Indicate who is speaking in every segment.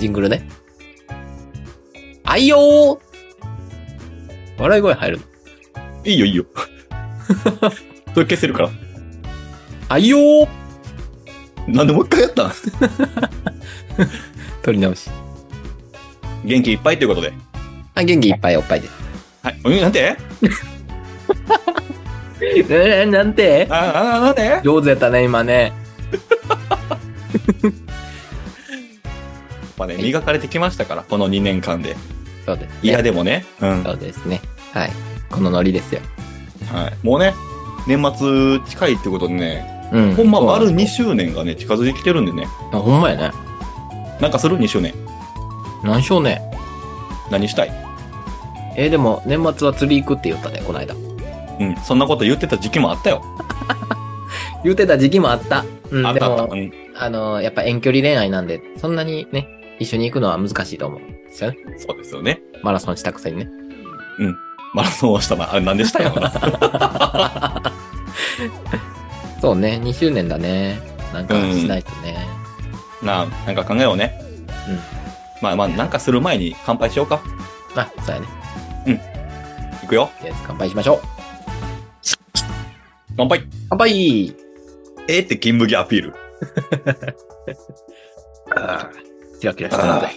Speaker 1: ジングルね。あいよー笑い声入るの。
Speaker 2: いいよ、いい よ。それ消せるから。
Speaker 1: あいよー
Speaker 2: なんでもう一回やったん
Speaker 1: 取り直し。
Speaker 2: 元気いっぱいということで。
Speaker 1: あ、元気いっぱいおっぱいで
Speaker 2: はい。うん、なんて
Speaker 1: す。えー、なんて
Speaker 2: あ、あ、なんて
Speaker 1: 上手やったね、今ね。
Speaker 2: まあね、磨かれてきましたから、この2年間で。
Speaker 1: そうです、ね。
Speaker 2: いや、でもね。うん。
Speaker 1: そ
Speaker 2: は
Speaker 1: うですね。はい。このノリですよ。
Speaker 2: い。もうね、年末近いってことでね、
Speaker 1: うん
Speaker 2: ほんま丸2
Speaker 1: 週。
Speaker 2: 周年がね、近づいてきてるんでね。
Speaker 1: あ、ほんまやね。
Speaker 2: なんかする ?2 周年。
Speaker 1: 何しようね。
Speaker 2: 何したい
Speaker 1: えーでも、年末は釣り行くって言ったね、この間。
Speaker 2: うん。そんなこと言ってた時期もあったよ。
Speaker 1: 言ってた時期もあった。うん、
Speaker 2: あったあっ
Speaker 1: で
Speaker 2: た。
Speaker 1: も
Speaker 2: うん。
Speaker 1: あの、やっぱ遠距離恋愛なんで、そんなにね、一緒に行くのは難しいと思うんですよね。
Speaker 2: そうですよね。
Speaker 1: マラソンしたくせにね。
Speaker 2: マラソンをしたな。あれ、なんでしたんや ろな。
Speaker 1: そうね、2周年だね。なんかしないとね。
Speaker 2: なあ、なんか考えようね。
Speaker 1: うん。
Speaker 2: まあまあ、なんかする前に乾杯しようか。
Speaker 1: あ、そうやね。
Speaker 2: いくよ。
Speaker 1: とりあえず乾杯しましょう。
Speaker 2: 乾杯
Speaker 1: 乾杯
Speaker 2: えーって金麦アピール。
Speaker 1: あーキラキラしてるぜ。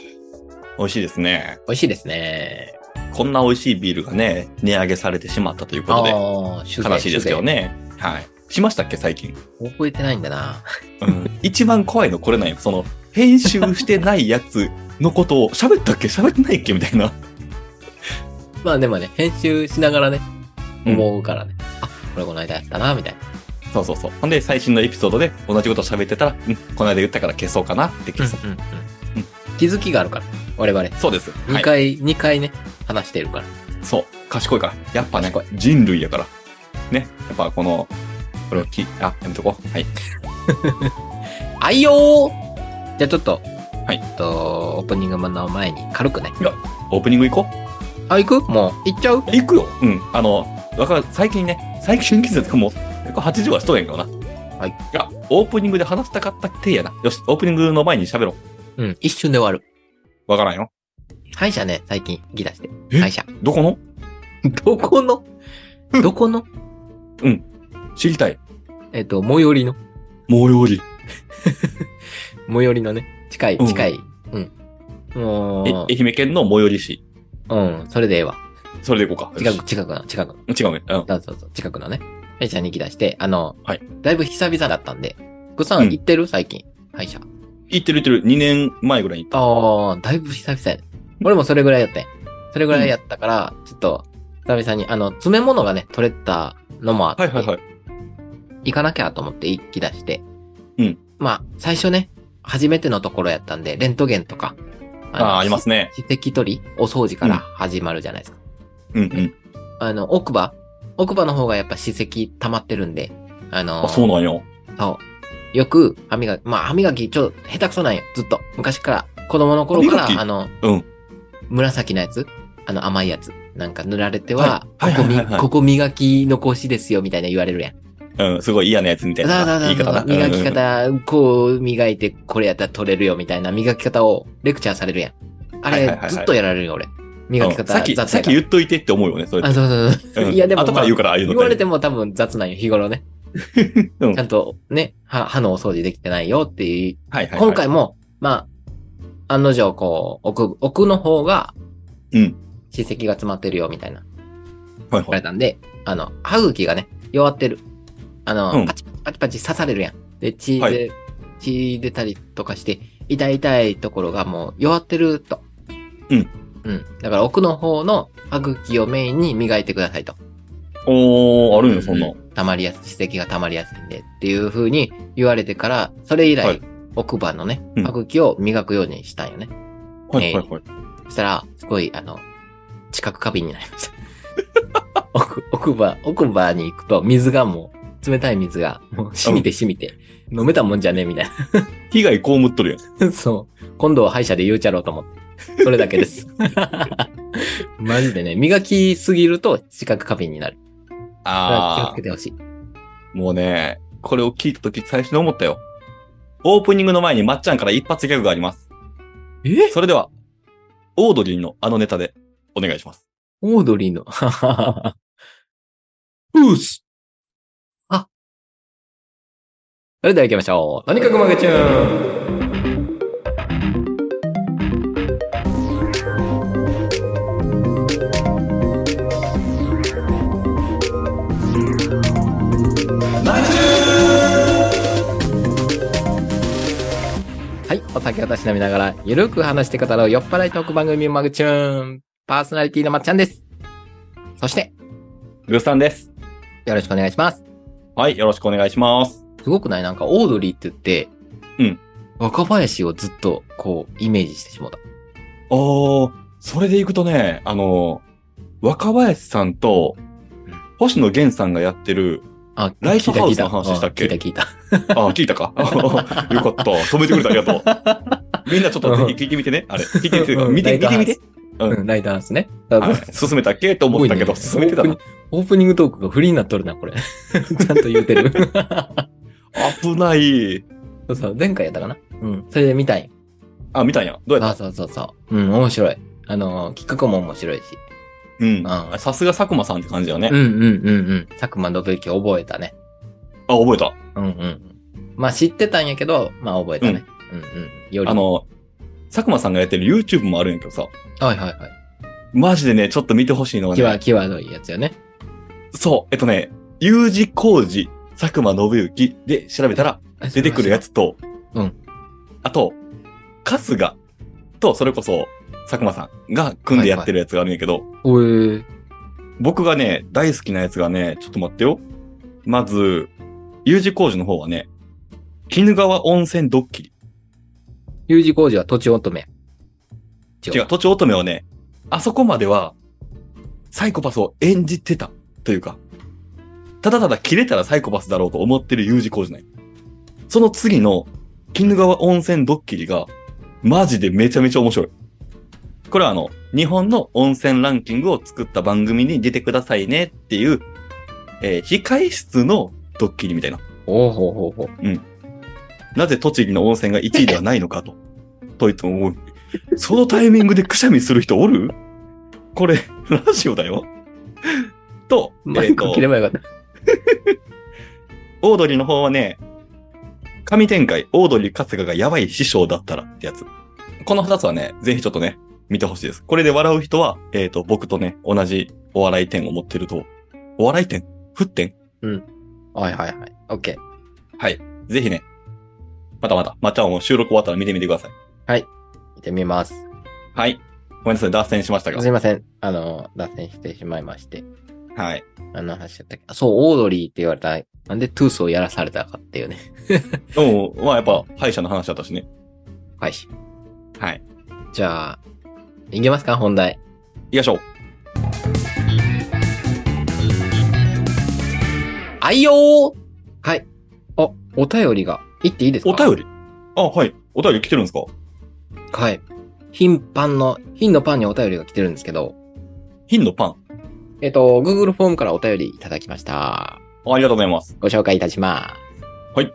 Speaker 2: 美味しいですね。
Speaker 1: 美味しいですね。
Speaker 2: こんな美味しいビールがね、値上げされてしまったということで、
Speaker 1: ああ、修正
Speaker 2: 悲しいですけど。ね。はい。しましたっけ、最近。
Speaker 1: 修正覚えてないんだな。
Speaker 2: うん。一番怖いのこれなんよ。その、編集してないやつのことを、喋ったっけ喋ってないっけみたいな。
Speaker 1: まあでもね、編集しながらね、
Speaker 2: うん
Speaker 1: 思うからね。あ、これこの間やったな、みたいな。
Speaker 2: そうそうそう。ほんで、最新のエピソードで同じこと喋ってたら、うん、この間言ったから消そうかなって消す。
Speaker 1: うんうん
Speaker 2: う
Speaker 1: うんん。気づきがあるから、我々。
Speaker 2: そうです。は
Speaker 1: 2
Speaker 2: い。
Speaker 1: 回、二回ね、話してるから。
Speaker 2: そう。賢いから。やっぱね
Speaker 1: 賢い、
Speaker 2: 人類やから。ね。やっぱこの、これをき、あ、やめとこう。はい。
Speaker 1: あいよーじゃあちょっと、
Speaker 2: はい
Speaker 1: えっと、オープニングの前に軽くね。
Speaker 2: オープニング行こう。
Speaker 1: あ、行くもう、行っちゃう
Speaker 2: 行くよ。うん。あの、だから最近ね、最近気づいたもう、80はしとんやけどな。
Speaker 1: はい
Speaker 2: が、オープニングで話したかった手やな。よし、オープニングの前に喋ろう。
Speaker 1: うん、一瞬で終わる。
Speaker 2: わからんよ。
Speaker 1: 歯医者ね、最近、ギターして
Speaker 2: え。
Speaker 1: 歯医者。
Speaker 2: どこの
Speaker 1: どこの どこの
Speaker 2: 知りたい。
Speaker 1: えっと、最寄りの。
Speaker 2: もう料理。
Speaker 1: 最寄りのね。近い、
Speaker 2: うん
Speaker 1: 近い。うん。も
Speaker 2: え
Speaker 1: う、
Speaker 2: 愛媛県の最寄り市。
Speaker 1: うん、それでええわ。
Speaker 2: それで行こうか。
Speaker 1: 近
Speaker 2: よ
Speaker 1: く、近くの、近くの。
Speaker 2: し違うね。うん。
Speaker 1: そうそうそう、近くのね。歯医者に行き出して、あの、
Speaker 2: はい
Speaker 1: だいぶ久々だったんで。ぐさん、
Speaker 2: うん
Speaker 1: 行ってる最近。歯医者。
Speaker 2: 行ってる行ってる。2年前ぐらいに行っ
Speaker 1: ああ、だいぶ久々やね。俺もそれぐらいやったんやそれぐらいやったから、ちょっと、久々に、あの、詰め物がね、取れたのもあって、
Speaker 2: た。はいはいはい。
Speaker 1: 行かなきゃと思って行き出して。
Speaker 2: うん。
Speaker 1: まあ、最初ね、初めてのところやったんで、レントゲンとか。。
Speaker 2: ああー、ありますすね。
Speaker 1: 歯石取り、お掃除から始まるじゃないですか。
Speaker 2: うんうん。
Speaker 1: あの、奥歯奥歯の方がやっぱ歯石溜まってるんで、あの
Speaker 2: あ、そうなんよ。
Speaker 1: そう。よく、歯磨き、まあ歯磨きちょっと下手くそなんよ。ずっと。昔から、子供の頃か
Speaker 2: 歯磨き
Speaker 1: ら、あの、
Speaker 2: うん
Speaker 1: 紫のやつあの甘いやつ。なんか塗られては、
Speaker 2: はいは
Speaker 1: こ
Speaker 2: い
Speaker 1: こ
Speaker 2: はいはいは
Speaker 1: み
Speaker 2: い
Speaker 1: ここ磨き残しですよ、みたいな言われるやん。
Speaker 2: うん、すごい嫌なやつみたい
Speaker 1: そうそ
Speaker 2: な
Speaker 1: うそう
Speaker 2: 言い方な。
Speaker 1: 磨き
Speaker 2: うんうん
Speaker 1: 方、こう磨いて、これやったら取れるよ、みたいな磨き方をレクチャーされるやん。あ
Speaker 2: はいはい
Speaker 1: れ
Speaker 2: はいは、い
Speaker 1: ずっとやられるよ、俺。磨き
Speaker 2: うん
Speaker 1: 方、
Speaker 2: さっき、
Speaker 1: 雑
Speaker 2: さっ
Speaker 1: やか
Speaker 2: き
Speaker 1: ら
Speaker 2: 言っといてって思うよね、それ。
Speaker 1: あ、そうそうそう。
Speaker 2: うん
Speaker 1: いやでも
Speaker 2: 後から言うから、ああいうの
Speaker 1: 言われても多分雑なんよ、日頃ね。
Speaker 2: うん
Speaker 1: ちゃんとね、歯歯のお掃除できてないよっていう
Speaker 2: はいはいはい。
Speaker 1: 今回も、まあ、案の定、こう、奥、奥の方が、
Speaker 2: うん。
Speaker 1: 歯石が詰まってるよ、みたいな、
Speaker 2: はい
Speaker 1: 言
Speaker 2: は
Speaker 1: わ
Speaker 2: い
Speaker 1: れ。たんで、あの、歯茎がね、弱ってる。あの、
Speaker 2: うん
Speaker 1: パチパチパチ刺されるやん。で、血で、
Speaker 2: はい
Speaker 1: 血出たりとかして、痛い痛いところがもう弱ってると。
Speaker 2: うん。
Speaker 1: うん。だから奥の方の歯茎をメインに磨いてくださいと。
Speaker 2: おー、あるんよ、そんな
Speaker 1: う。溜まりやすい、歯石が溜まりやすいんでっていう風に言われてから、それ以来、
Speaker 2: はい
Speaker 1: 奥歯のね
Speaker 2: う、ん
Speaker 1: 歯茎を磨くようにしたんよね。
Speaker 2: はいはいはい。
Speaker 1: そしたら、すごい、あの、知覚過敏になりました。 奥、奥歯、奥歯に行くと水がもう、冷たい水が、もう染みて染みて、飲めたもんじゃねえみたい
Speaker 2: 被害被っとるやん。
Speaker 1: な。 そう。今度は歯医者で言うちゃろうと思って。それだけです。 マジでね、磨きすぎると知覚過敏になる。だから気を
Speaker 2: あ
Speaker 1: つけてほしい。
Speaker 2: あ、もうね、これを聞いたとき最初に思ったよ。オープニングの前にまっちゃんから一発ギャグがあります。
Speaker 1: え
Speaker 2: それでは、オードリーのあのネタでお願いします。
Speaker 1: オードリーの。 うーす。あ。それでは行きましょう。とにかくマグチューン。はい。お酒をたしなみながら、ゆるく話して語ろう酔っ払いトーク番組マグチューン。パーソナリティのまっちゃんです。そして、
Speaker 2: グーさんです。
Speaker 1: よろしくお願いします。
Speaker 2: はい、よろしくお願いします。
Speaker 1: すごくないなんか、オードリーって言って、
Speaker 2: うん。
Speaker 1: 若林をずっと、こう、イメージしてしまった。
Speaker 2: あー、それでいくとね、あの、若林さんと星野源さんがやってる、
Speaker 1: あ、
Speaker 2: ライトハウスの
Speaker 1: 聞い
Speaker 2: 話したっけ
Speaker 1: 聞いた聞いた。
Speaker 2: あー、聞いたかよかった。止めてくれてありがとう。みんなちょっとぜひ聞いてみてね。あれ、聞いてみて、見て、見てみて。
Speaker 1: うん。
Speaker 2: う
Speaker 1: ライトハウスね。
Speaker 2: はい 進めたっけと思ったけど、進めてた
Speaker 1: オー
Speaker 2: な
Speaker 1: プ。ニングオープニングトークがフリーになっとるな、これ。 ちゃんと言う てる。
Speaker 2: 危ない。
Speaker 1: そうそう、前回やったかな。うん。それで見たい。
Speaker 2: あ、見たんや。どうや
Speaker 1: そ
Speaker 2: っ
Speaker 1: うそうそうそう。うん、面白い。あのー、企画も面白いし。
Speaker 2: たうん
Speaker 1: あ。
Speaker 2: さすが佐久間さんって感じだよね
Speaker 1: うん。うんうんうん。佐久間信之覚えたね。
Speaker 2: あ、覚えた。
Speaker 1: うんうん。まあ知ってたんやけど、まあ覚えたね。うん、うん、より。
Speaker 2: あ、の、佐久間さんがやってる YouTube もあるんやけどさ、
Speaker 1: はいはいはい。
Speaker 2: マジでね、ちょっと見てほしいのが
Speaker 1: 際、
Speaker 2: ね、
Speaker 1: 際どいやつよね。
Speaker 2: そう、えっとね、U 字工事、佐久間信之で調べたら出てくるや
Speaker 1: つ。
Speaker 2: つと、
Speaker 1: うん。
Speaker 2: あと、春日と、それこそ、佐久間さんが組んでやってるやつがあるんやけど、
Speaker 1: おえー、
Speaker 2: 僕がね、大好きなやつがね、ちょっと待ってよ。まず、U 字工事の方はね、鬼怒川温泉ドッキリ。
Speaker 1: U 字工事は土地乙女。
Speaker 2: 違う、。土地乙女はね、あそこまでは、サイコパスを演じてた、というか、ただただ切れたらサイコパスだろうと思ってる U 字工事なんよその次の、鬼怒川温泉ドッキリが、マジでめちゃめちゃ面白い。これはあの、日本の温泉ランキングを作った番組に出てくださいねっていう、えー控室のドッキリみたいな。
Speaker 1: おうほうほうほう。
Speaker 2: なぜ栃木の温泉が1位ではないのかと。といつも思う。そのタイミングでくしゃみする人おるこれ、ラジオだよ。と、
Speaker 1: マ
Speaker 2: えー
Speaker 1: イク切れ
Speaker 2: と、
Speaker 1: ばよかった。
Speaker 2: オードリーの方はね、神展開、オードリー春日がやばい師匠だったらってやつ。この二つはね、ぜひちょっとね、見てほしいです。これで笑う人は、えっ、と、僕とね、同じお笑い点を持ってると、お笑い点沸点
Speaker 1: はいはいはい。オッケー。
Speaker 2: はい。ぜひね、またまた、まっちゃんも収録終わったら見てみてください。
Speaker 1: 見てみます。
Speaker 2: はい。ごめんなさい、脱線しましたが
Speaker 1: す。いません。あの、脱線してしまいまして。
Speaker 2: はい。
Speaker 1: あの話だったっけあそう、オードリーって言われたら、なんでトゥースをやらされたかっていうね。
Speaker 2: うん、まあやっぱ、歯医者の話だったしね。
Speaker 1: はい。
Speaker 2: はい。
Speaker 1: じゃあ、いきますか、本題。
Speaker 2: 行きましょう。
Speaker 1: あいよーはい。あ、お便りが。言っていいですか
Speaker 2: お便りあ、はい。お便り来てるんですか
Speaker 1: はい。頻繁の、頻のパンにお便りが来てるんですけど、
Speaker 2: 貧のパン。
Speaker 1: えっと、Google フォームからお便りいただきました。
Speaker 2: ありがとうございます。
Speaker 1: ご紹介いたします。
Speaker 2: はい。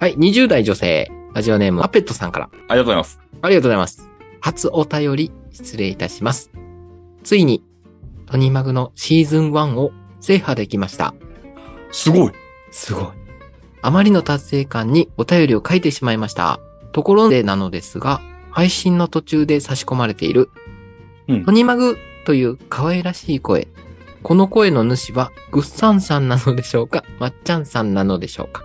Speaker 1: はい、20代女性、ラジオネーム、アペットさんから。
Speaker 2: ありがとうございます。
Speaker 1: ありがとうございます。初お便り、失礼いたします。ついに、トニマグのシーズン1を制覇できました。
Speaker 2: すごい。
Speaker 1: すごい。あまりの達成感にお便りを書いてしまいました。ところでなのですが、配信の途中で差し込まれている、
Speaker 2: うん
Speaker 1: トニマグという可愛らしい声。この声の主は、ぐっさんさんなのでしょうかまっちゃんさんなのでしょうか、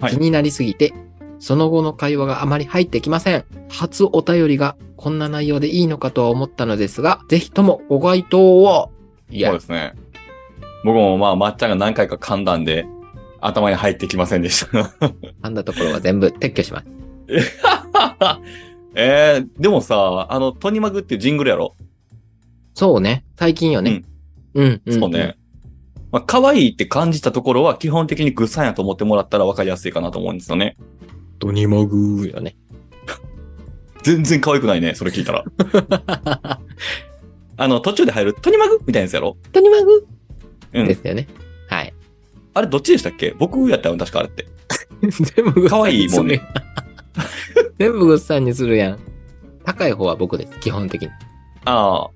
Speaker 2: はい
Speaker 1: 気になりすぎて、その後の会話があまり入ってきません。初お便りがこんな内容でいいのかとは思ったのですが、ぜひともご回答を。い
Speaker 2: そうですね。僕もまあ、まっちゃんが何回か噛んだんで、頭に入ってきませんでした。
Speaker 1: 噛んだところは全部撤去します。
Speaker 2: えー、でもさ、あの、トニマグっていうジングルやろ、
Speaker 1: そうね。最近よね。うん。うん
Speaker 2: そう。ね。まあ、可愛いって感じたところは、基本的にグッサンやと思ってもらったら分かりやすいかなと思うんですよね。
Speaker 1: ドニマグーよね。
Speaker 2: 全然可愛くないね、それ聞いたら。あの、途中で入る、トニマグみたいなやつやろ
Speaker 1: ドニマグ
Speaker 2: う
Speaker 1: で
Speaker 2: ん。
Speaker 1: すよね。 はい。
Speaker 2: あれ、どっちでしたっけ僕やったよ、確かあれって。
Speaker 1: 全部
Speaker 2: 可愛いもんね。
Speaker 1: 全部ぐっさんにするやん。高い方は僕です、基本的に。
Speaker 2: ああ。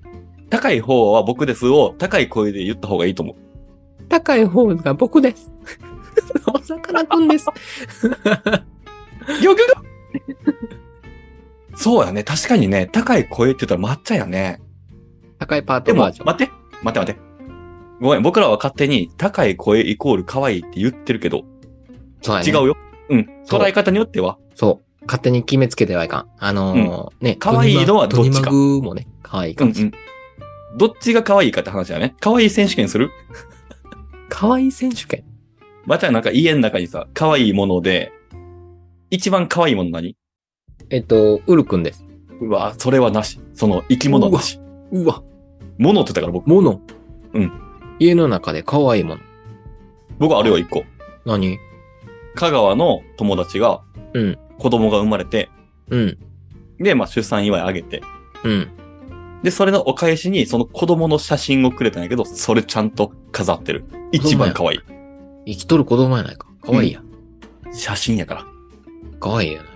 Speaker 2: 高い方は僕ですを高い声で言った方がいいと思う。
Speaker 1: 高い方が僕です。 お魚くんです。
Speaker 2: よくがそうやね。確かにね、高い声って言ったら抹茶やね。
Speaker 1: 高いパー
Speaker 2: で
Speaker 1: ト
Speaker 2: も、
Speaker 1: バー
Speaker 2: 待
Speaker 1: ジ
Speaker 2: っ
Speaker 1: ョ
Speaker 2: て、
Speaker 1: ン。
Speaker 2: 待って待って。ごめん、僕らは勝手に高い声イコール可愛いって言ってるけど、
Speaker 1: そうやね
Speaker 2: 違うよ。うん。
Speaker 1: そう
Speaker 2: 捉え方によっては、
Speaker 1: そう。勝手に決めつけてはいかん。あのーね。
Speaker 2: 可愛いのはどっちか
Speaker 1: ドニマグもね、可愛いか
Speaker 2: うんう
Speaker 1: もしれない。
Speaker 2: ん。どっちが可愛いかって話だね。可愛い選手権する
Speaker 1: 可愛い選手権。
Speaker 2: またなんか家の中にさ、可愛いもので、一番可愛いもの何
Speaker 1: えっと、ウルくんです。
Speaker 2: うわ、それはなし。その生き物なし。
Speaker 1: うわ、
Speaker 2: 物って言ったから僕、
Speaker 1: もの。
Speaker 2: うん。
Speaker 1: 家の中で可愛いもの。
Speaker 2: 僕あるよ、一個。
Speaker 1: 何
Speaker 2: 香川の友達が
Speaker 1: うん、
Speaker 2: 子供が生まれて、
Speaker 1: うん、
Speaker 2: で、まあ出産祝いあげて、
Speaker 1: うん。
Speaker 2: で、それのお返しに、その子供の写真をくれたんやけど、それちゃんと飾ってる。一番可愛い。
Speaker 1: 生きとる子供やないか。可愛いやん。
Speaker 2: 写真やから。
Speaker 1: 可愛いやないか。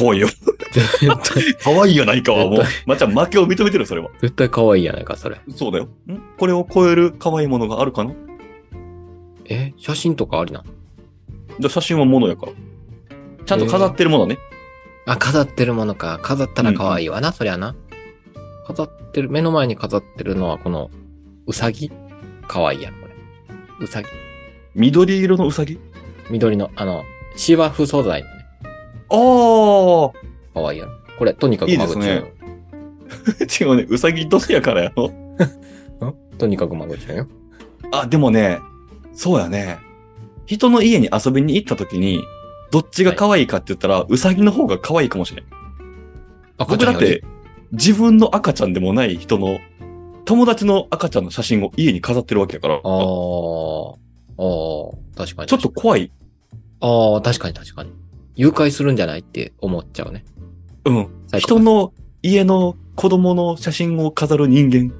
Speaker 2: こういう。
Speaker 1: 絶対、
Speaker 2: 可愛いやないかはもう
Speaker 1: 絶、
Speaker 2: まっちゃん負けを認めてる、それは。
Speaker 1: 絶対可愛いやないか、それ。
Speaker 2: そうだよ。んこれを超える可愛いものがあるかな
Speaker 1: え、写真とかありな。
Speaker 2: じゃあ写真はものやから。ちゃんと飾ってるものね。
Speaker 1: あ、飾ってるものか。飾ったら可愛いわな、そりゃな。飾ってる、目の前に飾ってるのはこの、うさぎ可愛いやん、これ。うさぎ。
Speaker 2: 緑色のウサギ
Speaker 1: 緑の、あの、芝生素材のね。
Speaker 2: ああ
Speaker 1: 可愛いやろ。これ、とにかく
Speaker 2: いい
Speaker 1: 間
Speaker 2: です
Speaker 1: 口
Speaker 2: ね
Speaker 1: よ。
Speaker 2: 違うね。ウサギ年やからやろ。
Speaker 1: んとにかく間口よ。
Speaker 2: あ、でもね、そうやね。人の家に遊びに行った時に、どっちが可愛いかって言ったら、ウサギの方が可愛いかもしれん。
Speaker 1: 赤
Speaker 2: 僕
Speaker 1: ちゃ
Speaker 2: だ
Speaker 1: ん
Speaker 2: っ
Speaker 1: より
Speaker 2: て、自分の赤ちゃんでもない人の、友達の赤ちゃんの写真を家に飾ってるわけやから、ち
Speaker 1: あ
Speaker 2: ょ
Speaker 1: ーあー、確かに。
Speaker 2: っと。怖い。
Speaker 1: ああ、確かに確かに。誘拐するんじゃないって思っちゃうね。
Speaker 2: うん。
Speaker 1: サイコ
Speaker 2: 人
Speaker 1: パス。
Speaker 2: の家の子供の写真を飾る人間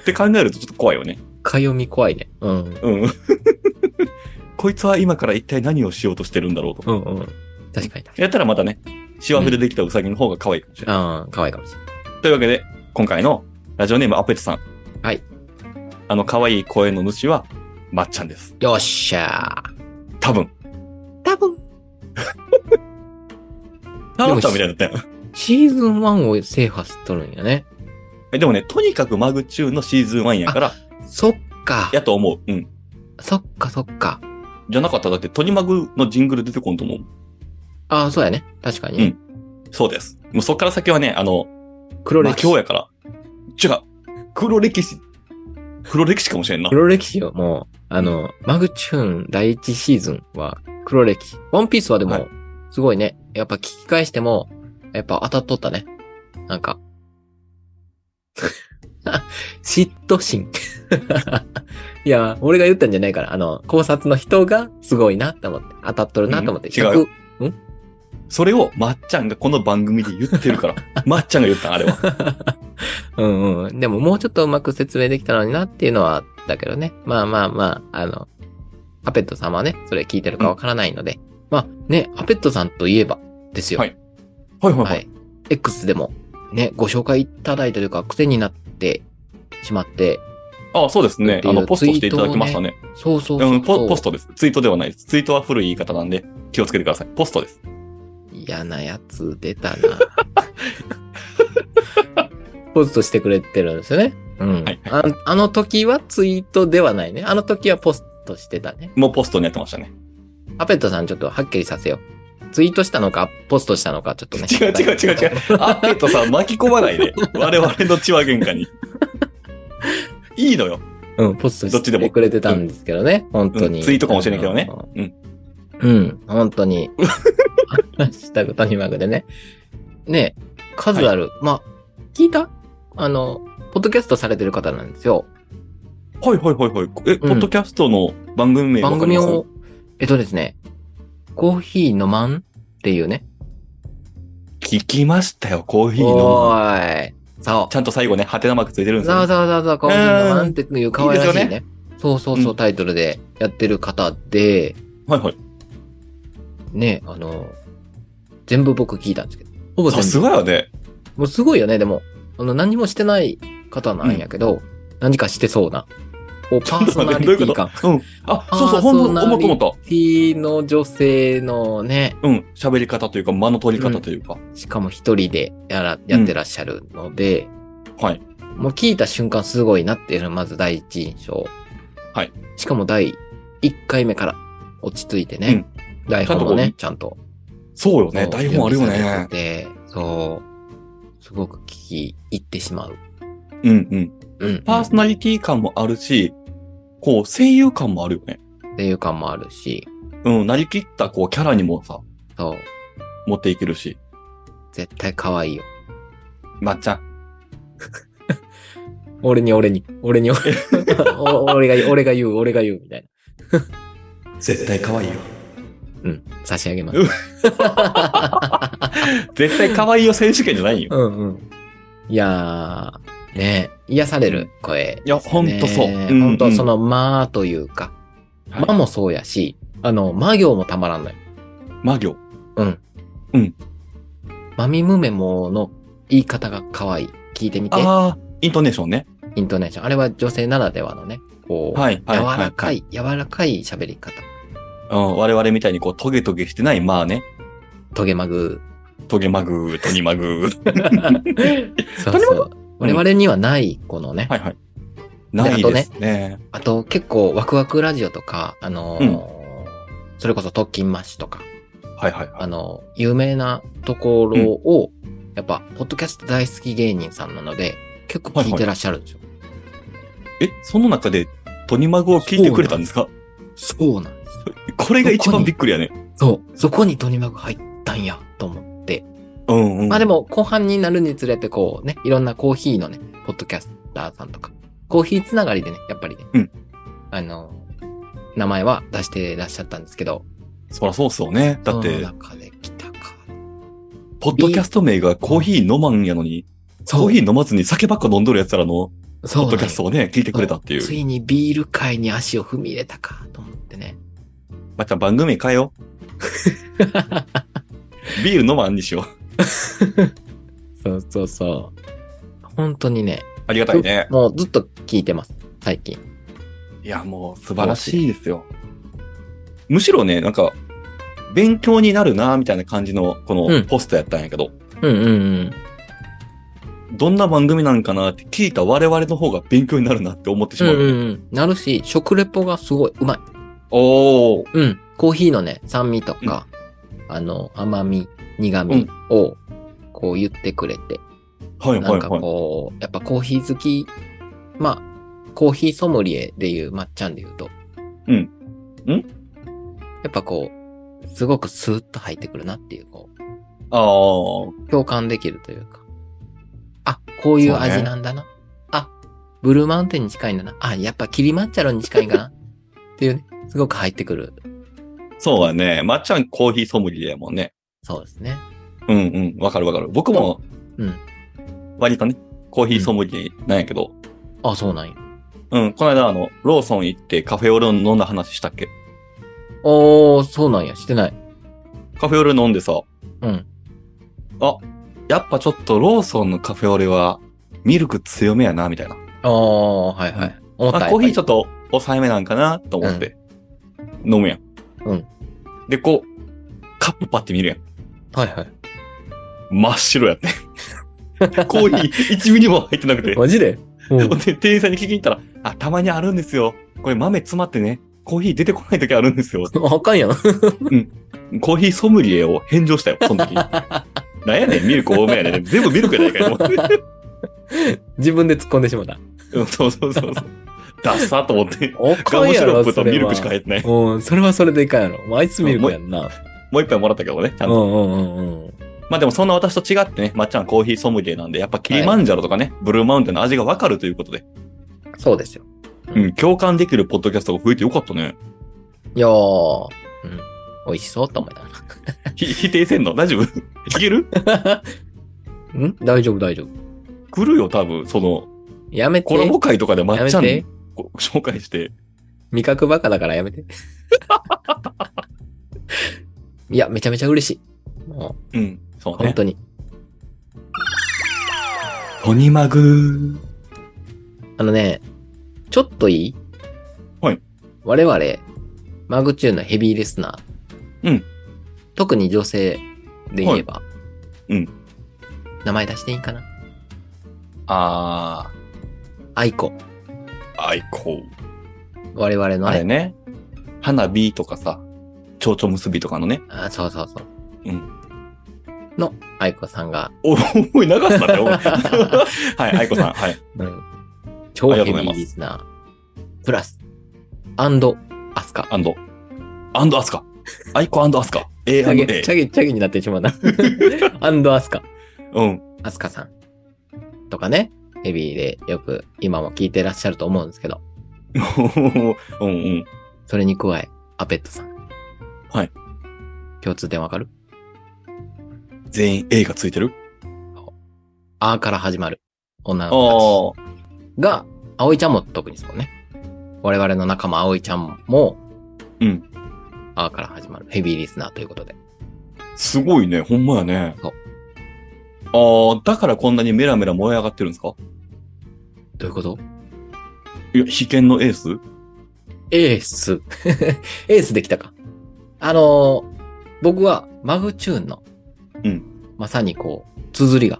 Speaker 2: って考えるとちょっと怖いよね。
Speaker 1: かよみ怖いね。うん。
Speaker 2: うん。 こいつは今から一体何をしようとしてるんだろうと。
Speaker 1: うんうん。確かに。
Speaker 2: やったらまたね、シワフでできたウサギの方が可愛いかもしれない。
Speaker 1: ああ、可愛いかもしれない。
Speaker 2: というわけで、今回のラジオネームアペテさん。
Speaker 1: はい。
Speaker 2: あの可愛い声の主は、まっちゃんです。
Speaker 1: よっしゃー。
Speaker 2: 多分。
Speaker 1: 多分、
Speaker 2: タロッちゃんみたいになったよ。
Speaker 1: シーズン1を制覇しとるんやね。
Speaker 2: えでもね、とにかくマグチューンのシーズン1やから、
Speaker 1: そっか。
Speaker 2: やと思う。うん。
Speaker 1: そっかそっか。
Speaker 2: じゃなかったらだって、トニマグのジングル出てこんと思う。
Speaker 1: ああ、そうやね。確かに。
Speaker 2: うんそうです。もうそっから先はね、あの、
Speaker 1: 黒
Speaker 2: 魔
Speaker 1: 歴
Speaker 2: 境
Speaker 1: 史。
Speaker 2: やから。違う。黒歴史。黒歴史かもしれんな。
Speaker 1: 黒歴史よ、もう。あの、マグチューン第1シーズンは黒歴史。ワンピースはで
Speaker 2: は
Speaker 1: も
Speaker 2: い、
Speaker 1: すごいね。やっぱ聞き返しても、やっぱ当たっとったね。なんか。 嫉妬心。 いや、俺が言ったんじゃないから、あの、考察の人がすごいなって思って、当たっとるなと思って。
Speaker 2: うん違うよ
Speaker 1: 100
Speaker 2: それをまっちゃんがこの番組で言って るから。まっちゃんが言ったんあれは。
Speaker 1: うんうん。でももうちょっとうまく説明できたのになっていうのはあったけどね。まあまあまあ、あの、アペットさんはね、それ聞いてるかわからないので。まあね、アペットさんといえばですよ。
Speaker 2: はいはいはい
Speaker 1: は
Speaker 2: はい
Speaker 1: い。X でもね、ご紹介いただいたというか、癖になってしまって、
Speaker 2: あそうですね。あの、ポストしていただきましたね。
Speaker 1: そうそうそう
Speaker 2: う
Speaker 1: そうん
Speaker 2: ポ、ポストです。ツイートではないです。ツイートは古い言い方なんで、気をつけてください。ポストです。
Speaker 1: 嫌なやつ出たな。 ポストしてくれてるんですよね。うん。
Speaker 2: はい
Speaker 1: ああの時はツイートではないね。あの時はポストしてたね。
Speaker 2: もうポストにやってまし たね。
Speaker 1: アペットさんちょっとはっきりさせよう。ツイートしたのか、ポストしたのか、ちょっとね。
Speaker 2: 違う違う違う違う。アッペットさん巻き込まないで。我々の血は喧嘩に。いいのよ。
Speaker 1: うん、ポスト
Speaker 2: どっち
Speaker 1: し
Speaker 2: でも
Speaker 1: てくれてたんですけどね、本当
Speaker 2: う
Speaker 1: に。
Speaker 2: んツイートかもしれんけどねうん。
Speaker 1: うん、本当に。ハッシュタグとにまぐでね。ね数ある。まあ、聞いたあの、ポッドキャストされてる方なんですよ。
Speaker 2: はいはいはいはい。え、ポッドキャストの番組名わ
Speaker 1: 番
Speaker 2: かり
Speaker 1: 組
Speaker 2: ます
Speaker 1: を、えっとですね、コーヒー飲まんっていうね。
Speaker 2: 聞きましたよ、コーヒー
Speaker 1: お
Speaker 2: の。
Speaker 1: ーい。そう
Speaker 2: ち。ゃんと最後ね、ハテナマークついてるんです
Speaker 1: ざ
Speaker 2: よ、
Speaker 1: わ
Speaker 2: ね。
Speaker 1: ざわざわざわ、コーヒーのなんていう可愛らしいね。
Speaker 2: いいで
Speaker 1: そうそうそう、
Speaker 2: うん
Speaker 1: タイトルでやってる方で、
Speaker 2: はいはい。
Speaker 1: ね、あの、全部僕聞いたんですけど。ほぼ
Speaker 2: さ
Speaker 1: 全
Speaker 2: す
Speaker 1: 部。
Speaker 2: がやね。
Speaker 1: もうすごいよね、でも。あの、何もしてない方なんやけど、何かしてそうな。こう、パーソナリティ感。
Speaker 2: とうん。あ、そうそう、ほん
Speaker 1: パ
Speaker 2: ま、
Speaker 1: ーソナ
Speaker 2: 思っ
Speaker 1: リ
Speaker 2: た思った。
Speaker 1: ティの女性のね、
Speaker 2: うん。喋り方というか、間の取り方というか。
Speaker 1: しかも一人でやら、やってらっしゃるので、
Speaker 2: はい。
Speaker 1: もう聞いた瞬間すごいなっていうのがまず第一印象。
Speaker 2: はい。
Speaker 1: しかも第1回目から落ち着いてね。台本もね、ちゃんと。
Speaker 2: そうよね。
Speaker 1: そう
Speaker 2: 台本あるよ
Speaker 1: 用意され
Speaker 2: ね。
Speaker 1: ててそう。すごく聞き入ってしまう。
Speaker 2: うんうん。
Speaker 1: うん。
Speaker 2: パーソナリティ感もあるし、こう、声優感もあるよね。
Speaker 1: っていう感もあるし、
Speaker 2: うん。なりきった、こう、キャラにもさ、
Speaker 1: そう。
Speaker 2: 持っていけるし。
Speaker 1: 絶対可愛いよ。
Speaker 2: まっちゃん。
Speaker 1: 俺に俺に、俺に 俺お俺が、俺が言う、俺が言う、みたいな。
Speaker 2: 絶対可愛いよ。
Speaker 1: うん。差し上げます
Speaker 2: う。 絶対可愛いよ選手権じ ゃないよ。
Speaker 1: うんうん。いやー、ね癒される声、
Speaker 2: いや、ほんとそう。
Speaker 1: ね
Speaker 2: うん
Speaker 1: 本当そ。
Speaker 2: うん
Speaker 1: の、まあというか、
Speaker 2: はい
Speaker 1: まもそうやし、あの、ま行もたまらんのよ。
Speaker 2: 魔行。
Speaker 1: まみむめもの言い方が可愛い。聞いてみて、
Speaker 2: ああ、イントネーションね。
Speaker 1: イントネーション。あれは女性ならではのね、こう、
Speaker 2: はい、はい。
Speaker 1: 柔
Speaker 2: はい
Speaker 1: らか。い、柔らかい喋り方。
Speaker 2: うん、我々みたいにこう、トゲトゲしてない、まあね。
Speaker 1: トゲマ グ
Speaker 2: トゲマグー、トニマグー。
Speaker 1: ー。そうそう。我々にはない、このね、
Speaker 2: はいはい。ないですね。
Speaker 1: あと結構ワクワクラジオとか、あのーそれこそ特勤マッシュとか、
Speaker 2: はいはいはい。
Speaker 1: あのー有名なところを、やっぱ、ポッドキャスト大好き芸人さんなので、結構聞いてらっしゃるんですよ。
Speaker 2: え、その中で、トニマグを聞いてくれたんですか
Speaker 1: そうなんです。
Speaker 2: これが一番びっくりやね。
Speaker 1: そう。そこにトニマグ入ったんや、と思って。
Speaker 2: うんうん。
Speaker 1: まあでも、後半になるにつれて、こうね、いろんなコーヒーのね、ポッドキャスターさんとか、コーヒーつながりでね、やっぱりね、
Speaker 2: うん
Speaker 1: あのー名前は出してらっしゃったんですけど、
Speaker 2: そらそうっすよね。だっ
Speaker 1: その
Speaker 2: て、
Speaker 1: 中で来たか。
Speaker 2: ポッドキャスト名がコーヒー飲まんやのに、コーヒー飲まずに酒ばっか飲んどるやつらの、
Speaker 1: そうなん
Speaker 2: ポッ
Speaker 1: よ
Speaker 2: ドキャストをね、聞いてくれたってい
Speaker 1: つ
Speaker 2: う。
Speaker 1: いにビール界に足を踏み入れたかと思ってね。
Speaker 2: まっちゃん番組変え よう。ビール飲まんにしよう。
Speaker 1: そうそうそう。本当にね、
Speaker 2: ありがたいね。
Speaker 1: もうずっと聞いてます、最近。
Speaker 2: いや、もう素晴らしいですよ。むしろね、なんか、勉強になるな、みたいな感じの、こ
Speaker 1: う
Speaker 2: の
Speaker 1: ん
Speaker 2: ポストやったんやけど、
Speaker 1: うんうんうん。
Speaker 2: どんな番組なんかなって聞いた我々の方が勉強になるなって思って
Speaker 1: う
Speaker 2: し
Speaker 1: ん
Speaker 2: まう。
Speaker 1: うんうん。なるし、食レポがすごいうまい。
Speaker 2: おー、
Speaker 1: うん。コーヒーのね、酸味とか、あの、甘み、苦味を、こう言ってくれて、
Speaker 2: はい
Speaker 1: な
Speaker 2: は
Speaker 1: ん
Speaker 2: い
Speaker 1: か
Speaker 2: はい。
Speaker 1: こう、やっぱコーヒー好き、まあ、コーヒーソムリエでいう、まっちゃんで言うと。
Speaker 2: うんん
Speaker 1: やっぱこう、すごくスーッと入ってくるなっていう、こう、
Speaker 2: あー、
Speaker 1: 共感できるというか。あ、こういう
Speaker 2: そうね
Speaker 1: 味なんだな。あ、ブルーマウンテンに近いんだな。あ、やっぱキリマンチャロに近いんか な。っていうね、すごく入ってくる。
Speaker 2: そうだね。まっちゃんコーヒーソムリエやもんね。
Speaker 1: そうですね。
Speaker 2: うんうん、わかるわかる。僕も、
Speaker 1: うん。
Speaker 2: 割とね、コーヒーソムリエなんやけど、
Speaker 1: あ、そうなんや。
Speaker 2: うん、この間あの、ローソン行ってカフェオレ飲んだ話したっけ
Speaker 1: おー、そうなんや。してない。
Speaker 2: カフェオレ飲んでさ、
Speaker 1: うん。
Speaker 2: あ、やっぱちょっとローソンのカフェオレはミルク強めやな、みたいな。
Speaker 1: あー、はいはい。思った
Speaker 2: まあ、コーヒーち
Speaker 1: ょ
Speaker 2: ょっと抑えめなんかな、と思って、飲むやん。
Speaker 1: うん。
Speaker 2: で、こう、カップパって見るやん。
Speaker 1: はいはい。
Speaker 2: 真っ白やって。 コーヒー1ミリも入ってなくて。
Speaker 1: マジで
Speaker 2: ほん で、店員さんに聞きに行ったら、あ、たまにあるんですよ。これ豆詰まってね、コーヒー出てこない時あるんですよ。
Speaker 1: あかんやん。
Speaker 2: コーヒーソムリエを返上したよ、その時。なんやねん、ミルク多めやねん。全部ミルクやないかよ。
Speaker 1: 自分で突っ込んでしまった。
Speaker 2: うんそうそうそうそう。ダッサーと思って。
Speaker 1: お
Speaker 2: ガ
Speaker 1: かん
Speaker 2: ム
Speaker 1: や
Speaker 2: シロ
Speaker 1: ろ、
Speaker 2: ップと
Speaker 1: それは
Speaker 2: ミルクしか入ってない。
Speaker 1: うん、それはそれでいかんやろ。もうアイスミルクやんな。
Speaker 2: もう一杯もらったけどね、ちゃ
Speaker 1: うんん
Speaker 2: と。
Speaker 1: うんうんうん。
Speaker 2: まあでもそんな私と違ってね、まっちゃんコーヒーソムリエなんで、やっぱキリマンジャロとかね、ブルーマウンテンの味がわかるということで、
Speaker 1: そうですよ。
Speaker 2: うん、共感できるポッドキャストが増えてよかったね。
Speaker 1: いやー、うん。美味しそうと思いなが
Speaker 2: ひ否定せんの大丈夫 いける
Speaker 1: ら。ん大丈夫大丈夫。
Speaker 2: 来るよ、多分。その、
Speaker 1: やめて。
Speaker 2: コラボ会とかでまっちゃ
Speaker 1: や
Speaker 2: ん
Speaker 1: めて
Speaker 2: こ紹介して、
Speaker 1: 味覚バカだからや めて。いや、めちゃめちゃ嬉しい。も、
Speaker 2: うん、そううね
Speaker 1: 本。当に。
Speaker 2: ポニマグ
Speaker 1: あのね、ちょっといい
Speaker 2: はい。
Speaker 1: 我々、マグチューンのヘビーリスナー。
Speaker 2: うん。
Speaker 1: 特に女性で言えば。
Speaker 2: うん。
Speaker 1: 名前出していいかな
Speaker 2: あ
Speaker 1: 愛子。
Speaker 2: ー、アイコ
Speaker 1: 我々の
Speaker 2: あれ
Speaker 1: ね。
Speaker 2: ね。花火とかさ、蝶々結びとかのね。
Speaker 1: あそうそうそう。
Speaker 2: うん。
Speaker 1: の愛子さんが、
Speaker 2: お、おい、流すなって、お前 はい、アイコさん。はい。
Speaker 1: うん。超
Speaker 2: あり
Speaker 1: ヘ
Speaker 2: が
Speaker 1: ビ
Speaker 2: とうございま
Speaker 1: ー
Speaker 2: す
Speaker 1: リスナー。プラス、アンド、アスカ。
Speaker 2: アンド。アンドアスカ。アイコアンドアスカ。A
Speaker 1: チ
Speaker 2: ア
Speaker 1: ャ
Speaker 2: ンド
Speaker 1: ゲ、
Speaker 2: A
Speaker 1: チ。ャゲ、チャゲになってしまう な。アンドアスカ。
Speaker 2: うん。
Speaker 1: アスカさん。とかね。ヘビーでよく今も聞いてらっしゃると思うんですけど。
Speaker 2: うんうん。
Speaker 1: それに加え、アペットさん。
Speaker 2: はい。
Speaker 1: 共通点わかる
Speaker 2: 全員 A がついてる
Speaker 1: あーから始まる女の
Speaker 2: あ
Speaker 1: 子
Speaker 2: ー。
Speaker 1: たちが、葵ちゃんも特にそうね。我々の仲間葵ちゃんも、
Speaker 2: うん。
Speaker 1: あーから始まるヘビーリスナーということで。
Speaker 2: すごいね。ほんまやね
Speaker 1: そう。
Speaker 2: ああ、だからこんなにメラメラ燃え上がってるんですか
Speaker 1: どういうこと
Speaker 2: いや、被験のエース
Speaker 1: エース。 エースできたか。あのー僕はマグチューンの、
Speaker 2: うん
Speaker 1: まさにこう、綴りが。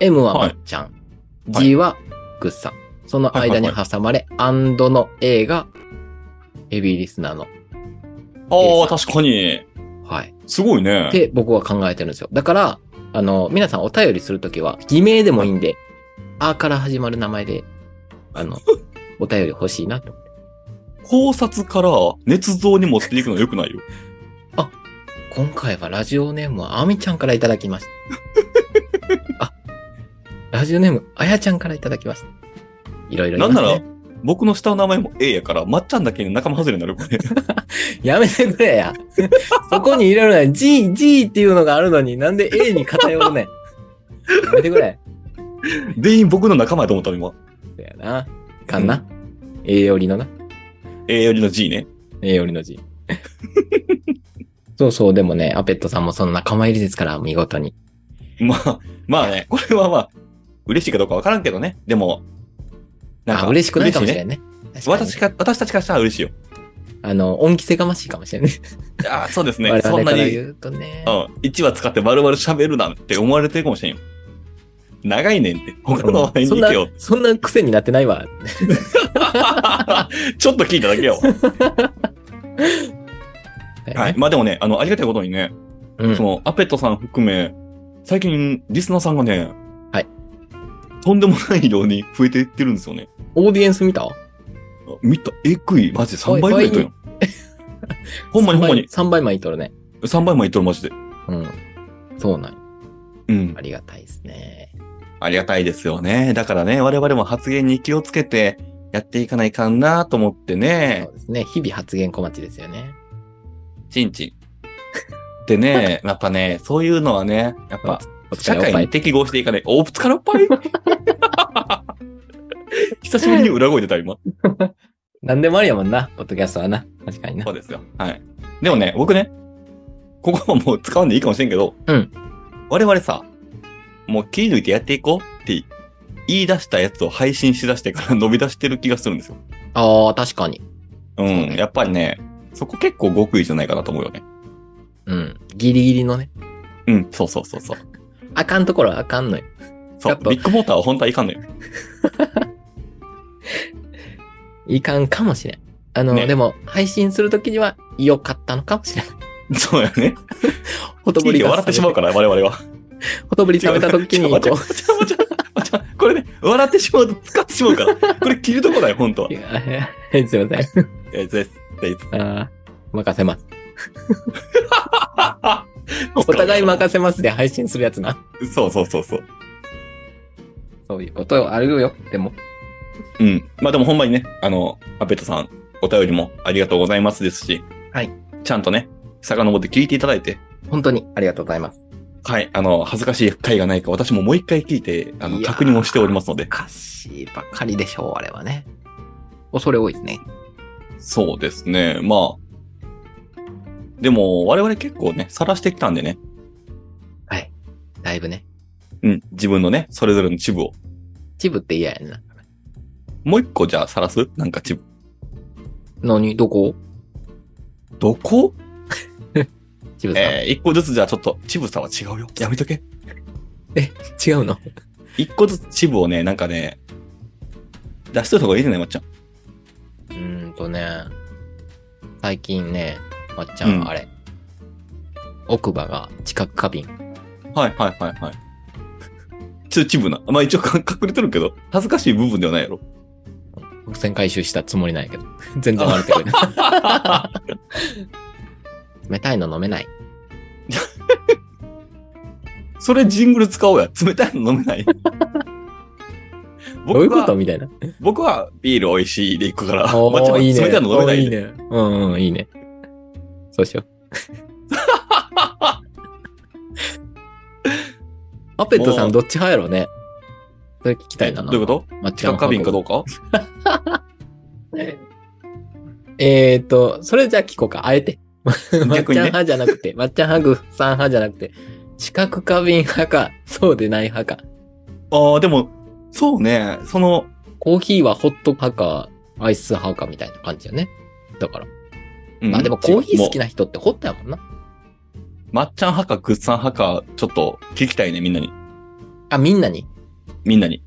Speaker 1: M はま
Speaker 2: はい
Speaker 1: っちゃん、
Speaker 2: はい
Speaker 1: G はグッさん。その間に挟まれ、アンドの A がヘビーリスナーの。
Speaker 2: ああ、確かに。
Speaker 1: はい。
Speaker 2: すごいね
Speaker 1: っ。て僕は考えてるんですよ。だから、あの、皆さんお便りするときは、偽名でもいいんで、あから始まる名前で、あ の、お便り欲しいなと。
Speaker 2: 考察から捏造に持っていくの良くないよ。
Speaker 1: 今回はラジオネームはあみちゃんからいただきま した。あ、ラジオネームあやちゃんからいただきました。いろいろ
Speaker 2: な
Speaker 1: 言い
Speaker 2: ん
Speaker 1: ま
Speaker 2: な
Speaker 1: す、ね。
Speaker 2: ら、僕の下の名前も A やから、まっちゃんだけ仲間外れになるもんね。
Speaker 1: やめてくれや。 そこにいろいろない。G、G っていうのがあるのになんで A に偏るねん。やめてくれ。
Speaker 2: 全員僕の仲間やと思ったの今。
Speaker 1: そやな。いかんな。A よりのな。
Speaker 2: A よりの G ね。
Speaker 1: A よりの G。そうそう、でもね、アペットさんもその仲間入りですから、見事に。
Speaker 2: まあ、まあね、これはまあ、嬉しいかどうかわからんけどね。でも、なん
Speaker 1: あ、
Speaker 2: か、
Speaker 1: 嬉しくないかもしれ
Speaker 2: い
Speaker 1: んね。確かに
Speaker 2: 私か、私たちからしたら嬉しいよ。
Speaker 1: あの、恩着せがましいかもしれんね。
Speaker 2: ああ、そうです
Speaker 1: 我
Speaker 2: ね。そ
Speaker 1: 々
Speaker 2: んな
Speaker 1: から
Speaker 2: に、うん、
Speaker 1: 言うとね。
Speaker 2: 1話使って丸々喋るなって思われてるかもしれんよ。長いねんって。他の話題に
Speaker 1: そん
Speaker 2: 行
Speaker 1: な
Speaker 2: けよ。、
Speaker 1: そんな癖になってないわ。
Speaker 2: ちょっと聞いただけよ。は。
Speaker 1: はい
Speaker 2: まあでもね、あの、ありがたいことにね、
Speaker 1: うん
Speaker 2: そ。の、アペットさん含め、最近、リスナーさんがね、
Speaker 1: はい。
Speaker 2: とんでもない量に増えていってるんですよね。
Speaker 1: オーディエンス見た
Speaker 2: あ見た、えぐい、マジで3倍ぐらいいっと るやん。ほんまにほんまに、
Speaker 1: 3倍前いとるね。
Speaker 2: 3倍もいっとる、マジで。
Speaker 1: うん。そうなんよ
Speaker 2: うん
Speaker 1: あ。りがたいですね。
Speaker 2: ありがたいですよね。だからね、我々も発言に気をつけて、やっていかないかんなと思ってね
Speaker 1: そう、ですね。日々発言小町ですよね。
Speaker 2: ちんちん。でね、 やっぱね、そういうのはね、やっぱ、
Speaker 1: お疲
Speaker 2: 社
Speaker 1: れおっ
Speaker 2: 会
Speaker 1: ぱ
Speaker 2: に
Speaker 1: い。
Speaker 2: 適合していかない。お、ぶつかるっぱ い久しぶりに裏声出た、今。
Speaker 1: 何でもありやもんな、ポッドキャストはな。確かにな
Speaker 2: そう。ですよ。はい。でもね、僕ね、ここはもう使うんでいいかもしれんけど、
Speaker 1: うん
Speaker 2: 我々さ、もう切り抜いてやっていこうって言い出したやつを配信しだしてから 伸び出してる気がするんですよ。
Speaker 1: ああ、確かに。
Speaker 2: うん。
Speaker 1: そうね
Speaker 2: やっぱりね、そこ結構極意じゃないかなと思うよね。
Speaker 1: うん。ギリギリのね。
Speaker 2: うん、そうそうそうそう。
Speaker 1: あかんところはあかんのよ。
Speaker 2: そ
Speaker 1: や
Speaker 2: う
Speaker 1: っ、ぱ
Speaker 2: ビッグモーターは本当はいかんのよ。
Speaker 1: いかんかもしれん。あの、
Speaker 2: ね
Speaker 1: でも、配信するときには良かったのかもしれん。
Speaker 2: そうやね。
Speaker 1: ほとぼり
Speaker 2: で
Speaker 1: が
Speaker 2: 笑ってしまうから、我々は。
Speaker 1: ら。ほとぼり冷めたときに、こ
Speaker 2: 違 う違う違う違う違うこれね、笑ってしまうと使ってしまうから。これ切るとこだよ、本当は
Speaker 1: う。い。やいやすいませ
Speaker 2: えー、です。です。
Speaker 1: ん。あー任せます。 お互い任せますで配信するやつな。
Speaker 2: そうそうそうそう。
Speaker 1: そういうことあるよ。でも、
Speaker 2: うん。まあでもほんまにね、あの、アペットさん、お便りもありがとうございますですし、
Speaker 1: はい。
Speaker 2: ちゃんとね、遡って聞いていただいて、
Speaker 1: 本当にありがとうございます。
Speaker 2: はい。あの、恥ずかしい回がないか、私ももう一回聞いて、あの、
Speaker 1: いやー
Speaker 2: 確認をしておりますので
Speaker 1: お。かしいばっかりでしょう、あれはね。恐れ多いですね。
Speaker 2: そうですね。まあ。でも、我々結構ね、晒してきたんでね。
Speaker 1: はい。だいぶね。
Speaker 2: うん。自分のね、それぞれのチブを。
Speaker 1: チブって嫌やんな。
Speaker 2: もう一個じゃあ晒すなんかチブ。
Speaker 1: 何どこ
Speaker 2: どこ
Speaker 1: チブさん。
Speaker 2: えー、一個ずつじゃあちょっと、チブさは違うよ。やめとけ。
Speaker 1: 違うの
Speaker 2: 一個ずつチブをね、なんかね、出しといた方がいいんじゃないまっちゃん。
Speaker 1: うーんとね、最近ね、まっちゃん、
Speaker 2: うん
Speaker 1: あれ、奥歯が知覚過敏。
Speaker 2: はいはいはいはい。ちょっとチブな。まあ一応か隠れてるけど、恥ずかしい部分ではない やろ。
Speaker 1: 伏線回収したつもりなんやけど、全然悪くない。 冷たいの飲めない。
Speaker 2: それジングル使おうや。冷たいの飲めない。
Speaker 1: どういう
Speaker 2: 僕
Speaker 1: こ
Speaker 2: は
Speaker 1: とみたいな。
Speaker 2: 僕はビール美味しいで行くから、
Speaker 1: お
Speaker 2: まっち
Speaker 1: ー、
Speaker 2: ゃんはい
Speaker 1: いね。
Speaker 2: 冷たいの飲めない
Speaker 1: おーいい
Speaker 2: で
Speaker 1: ね。うんうん、いいね。そうし よう。アペットさ
Speaker 2: も
Speaker 1: ん
Speaker 2: う
Speaker 1: どっち派やろうね。それ聞きたいな。
Speaker 2: どういうこ
Speaker 1: と
Speaker 2: と
Speaker 1: まっち
Speaker 2: 知
Speaker 1: ゃん
Speaker 2: 覚過敏かどうか
Speaker 1: えーと、それじゃあ聞こうか。あえて。まっちゃん
Speaker 2: 逆にね
Speaker 1: 派じゃなくて、まっちゃん派、グッさん派じゃなくて、視覚過敏派か、そうでない派か。
Speaker 2: ああ、でも、そうね、その、
Speaker 1: コーヒーはホット派か、アイス派かみたいな感じよね。だから。
Speaker 2: うん
Speaker 1: まあでもコーヒー好き
Speaker 2: も
Speaker 1: な人ってホットやもんな。
Speaker 2: うまっちゃん派かグッさん派か、ちょっと聞きたいね、みんなに。
Speaker 1: あ、みんなに。
Speaker 2: みんなに。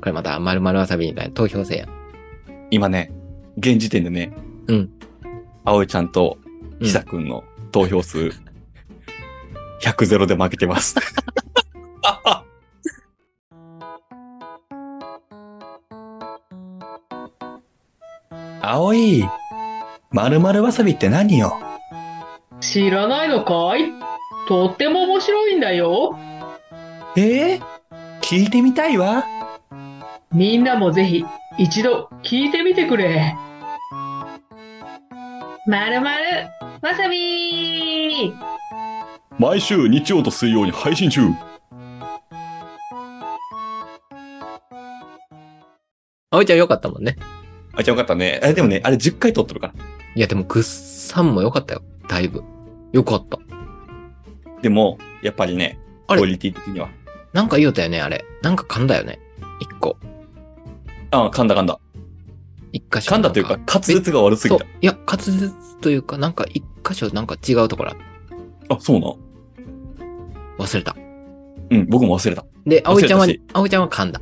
Speaker 1: これまた、まるまるわさびみたいな投票制や。
Speaker 2: 今ね、現時点でね、
Speaker 1: うん。
Speaker 2: 葵ちゃんと
Speaker 1: うん
Speaker 2: ひさくんの投票数、100ゼロで負け てます。葵、まるまるわさびって何よ
Speaker 3: 知らないのかいとっても面白いんだよ
Speaker 2: ええ聞いてみたいわ。
Speaker 3: みんなもぜひ一度聞いてみてくれまるまるわさび
Speaker 2: 毎週日曜と水曜に配信中。
Speaker 1: あおいちゃんよかったもんね。
Speaker 2: あ、じゃあよかったね。え、でもね、あれ10回撮っとるから。
Speaker 1: いやでも、グッさんもよかったよ。だいぶ。よかった。
Speaker 2: でも、やっぱりね、
Speaker 1: あ
Speaker 2: ク
Speaker 1: れ
Speaker 2: オリティ的には。
Speaker 1: なんか言うたよね、あれ。なんか噛んだよね。一個。
Speaker 2: あ、噛んだ噛んだ。
Speaker 1: 一箇所。
Speaker 2: 噛んだというか、滑舌が悪す
Speaker 1: そ
Speaker 2: ぎ
Speaker 1: う
Speaker 2: た。。
Speaker 1: いや、滑舌というか、なんか一箇所なんか違うところあ
Speaker 2: あ、そうな。
Speaker 1: 忘れた。
Speaker 2: うん、僕も忘れた。
Speaker 1: で、葵ちゃんは
Speaker 2: 忘れ、
Speaker 1: 葵ちゃんは噛んだ。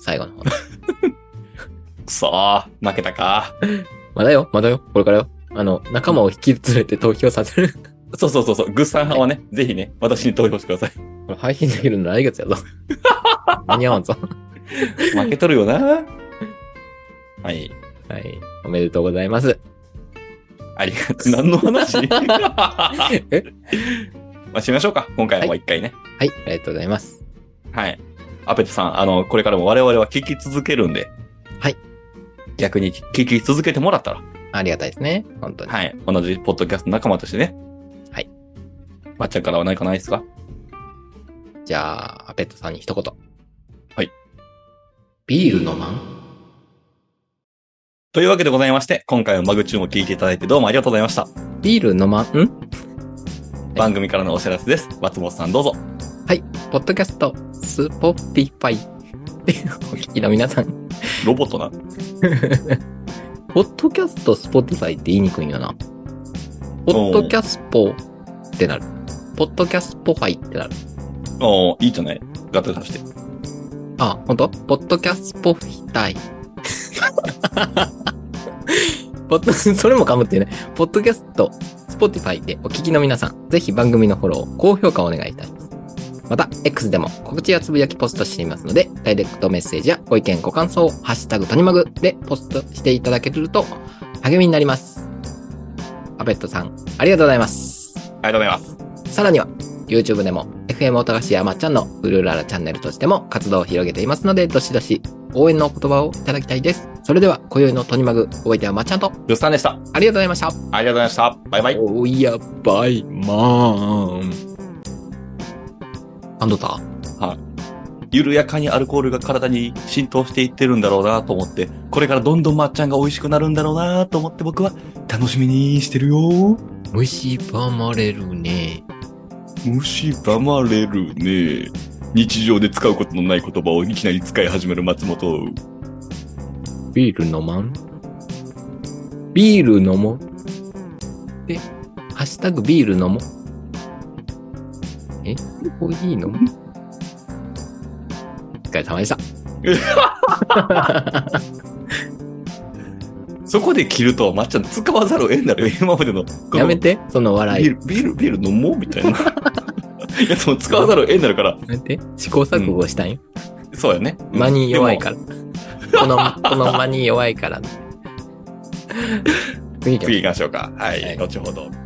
Speaker 1: 最後の方。
Speaker 2: くそー、負けたか。
Speaker 1: まだよ、まだよ、これからよ。あの、仲間を引き連れて投票させる。
Speaker 2: そうそうそうそう、グッサン派はね、ぜひね、私に投票してください。
Speaker 1: これ配信できるの来月や ぞ。間に合わんぞ。
Speaker 2: 負けとるよな。はい。
Speaker 1: はい。おめでとうございます。
Speaker 2: ありがとう。何の話
Speaker 1: え
Speaker 2: まあ、しましょうか。今回は一回ね。
Speaker 1: はい、ありがとうございます。
Speaker 2: はい。アペテさん、あの、これからも我々は聞き続けるんで。
Speaker 1: はい。
Speaker 2: 逆に聞き続けてもらったら。
Speaker 1: ありがたいですね。本当に。
Speaker 2: はい。同じポッドキャスト仲間としてね。
Speaker 1: はい。
Speaker 2: まっちゃんからは何かないですか
Speaker 1: じゃあ、アペットさんに一言。
Speaker 2: はい。
Speaker 1: ビール飲まん
Speaker 2: というわけでございまして、今回のマグチューンを聞いていただいてどうもありがとうございました。
Speaker 1: ビール飲まんんい
Speaker 2: 番組からのお知らせです。松本さんどうぞ。
Speaker 1: ポッドキャスト、スポッピファイ。 お聞きの皆さん、
Speaker 2: ロボットな。
Speaker 1: ポッドキャスト、スポティファイって言いにくいんよな。ポッドキャスポってなる。ポッドキャスポファイってなる。
Speaker 2: おーいいじゃない。ガッとさせて。
Speaker 1: あ、ほんとポッドキャスポフィタイ。 ポッド、 それもかむっていうね。ポッドキャスト、スポティファイでお聞きの皆さん、ぜひ番組のフォロー、高評価をお願いいたします。また、X でも告知やつぶやきポストしていますので、ダイレクトメッセージやご意見、ご感想を、ハッシュタグ、とにまぐでポストしていただけると、励みになります。アベットさん、ありがとうございます。
Speaker 2: ありがとうございます。
Speaker 1: さらには、YouTube でも FM おたがしやまっちゃんのうるららチャンネルとしても活動を広げていますので、どしどし応援のお言葉をいただきたいです。それでは、今宵のとにまぐ、お相手はまっちゃんと、
Speaker 2: ルッサンでした。あり
Speaker 1: ありがとうございました。
Speaker 2: がとうございました。バイバイ。
Speaker 1: おいやばい、まーん。アンドタ
Speaker 2: 緩やかにアルコールが体に浸透していってるんだろうなと思って、これからどんどんまっちゃんが美味しくなるんだろうなと思って僕は楽しみにしてるよ。
Speaker 1: 虫ばまれるね。
Speaker 2: 虫ばまれるね。日常で使うことのない言葉をいきなり使い始める松本。
Speaker 1: ビール飲まんビール飲もうで、ハッシュタグビール飲もうえコーヒー飲むお疲れ様でした。
Speaker 2: そこで切ると、まっちゃん使わざるを得ん だろ、今までの。この
Speaker 1: やめて、その笑い。
Speaker 2: ビ
Speaker 1: や
Speaker 2: ール、ビール、ビール飲もうみ たいな。いや、その使わざるを得んなるから、
Speaker 1: めて。試行錯誤したいんよ、
Speaker 2: そうやね。うん
Speaker 1: 間に弱い
Speaker 2: でも
Speaker 1: から。この、こ の間に弱いから。次行きましょう
Speaker 2: 次行きましょうか。はい、
Speaker 1: はい
Speaker 2: 後ほど。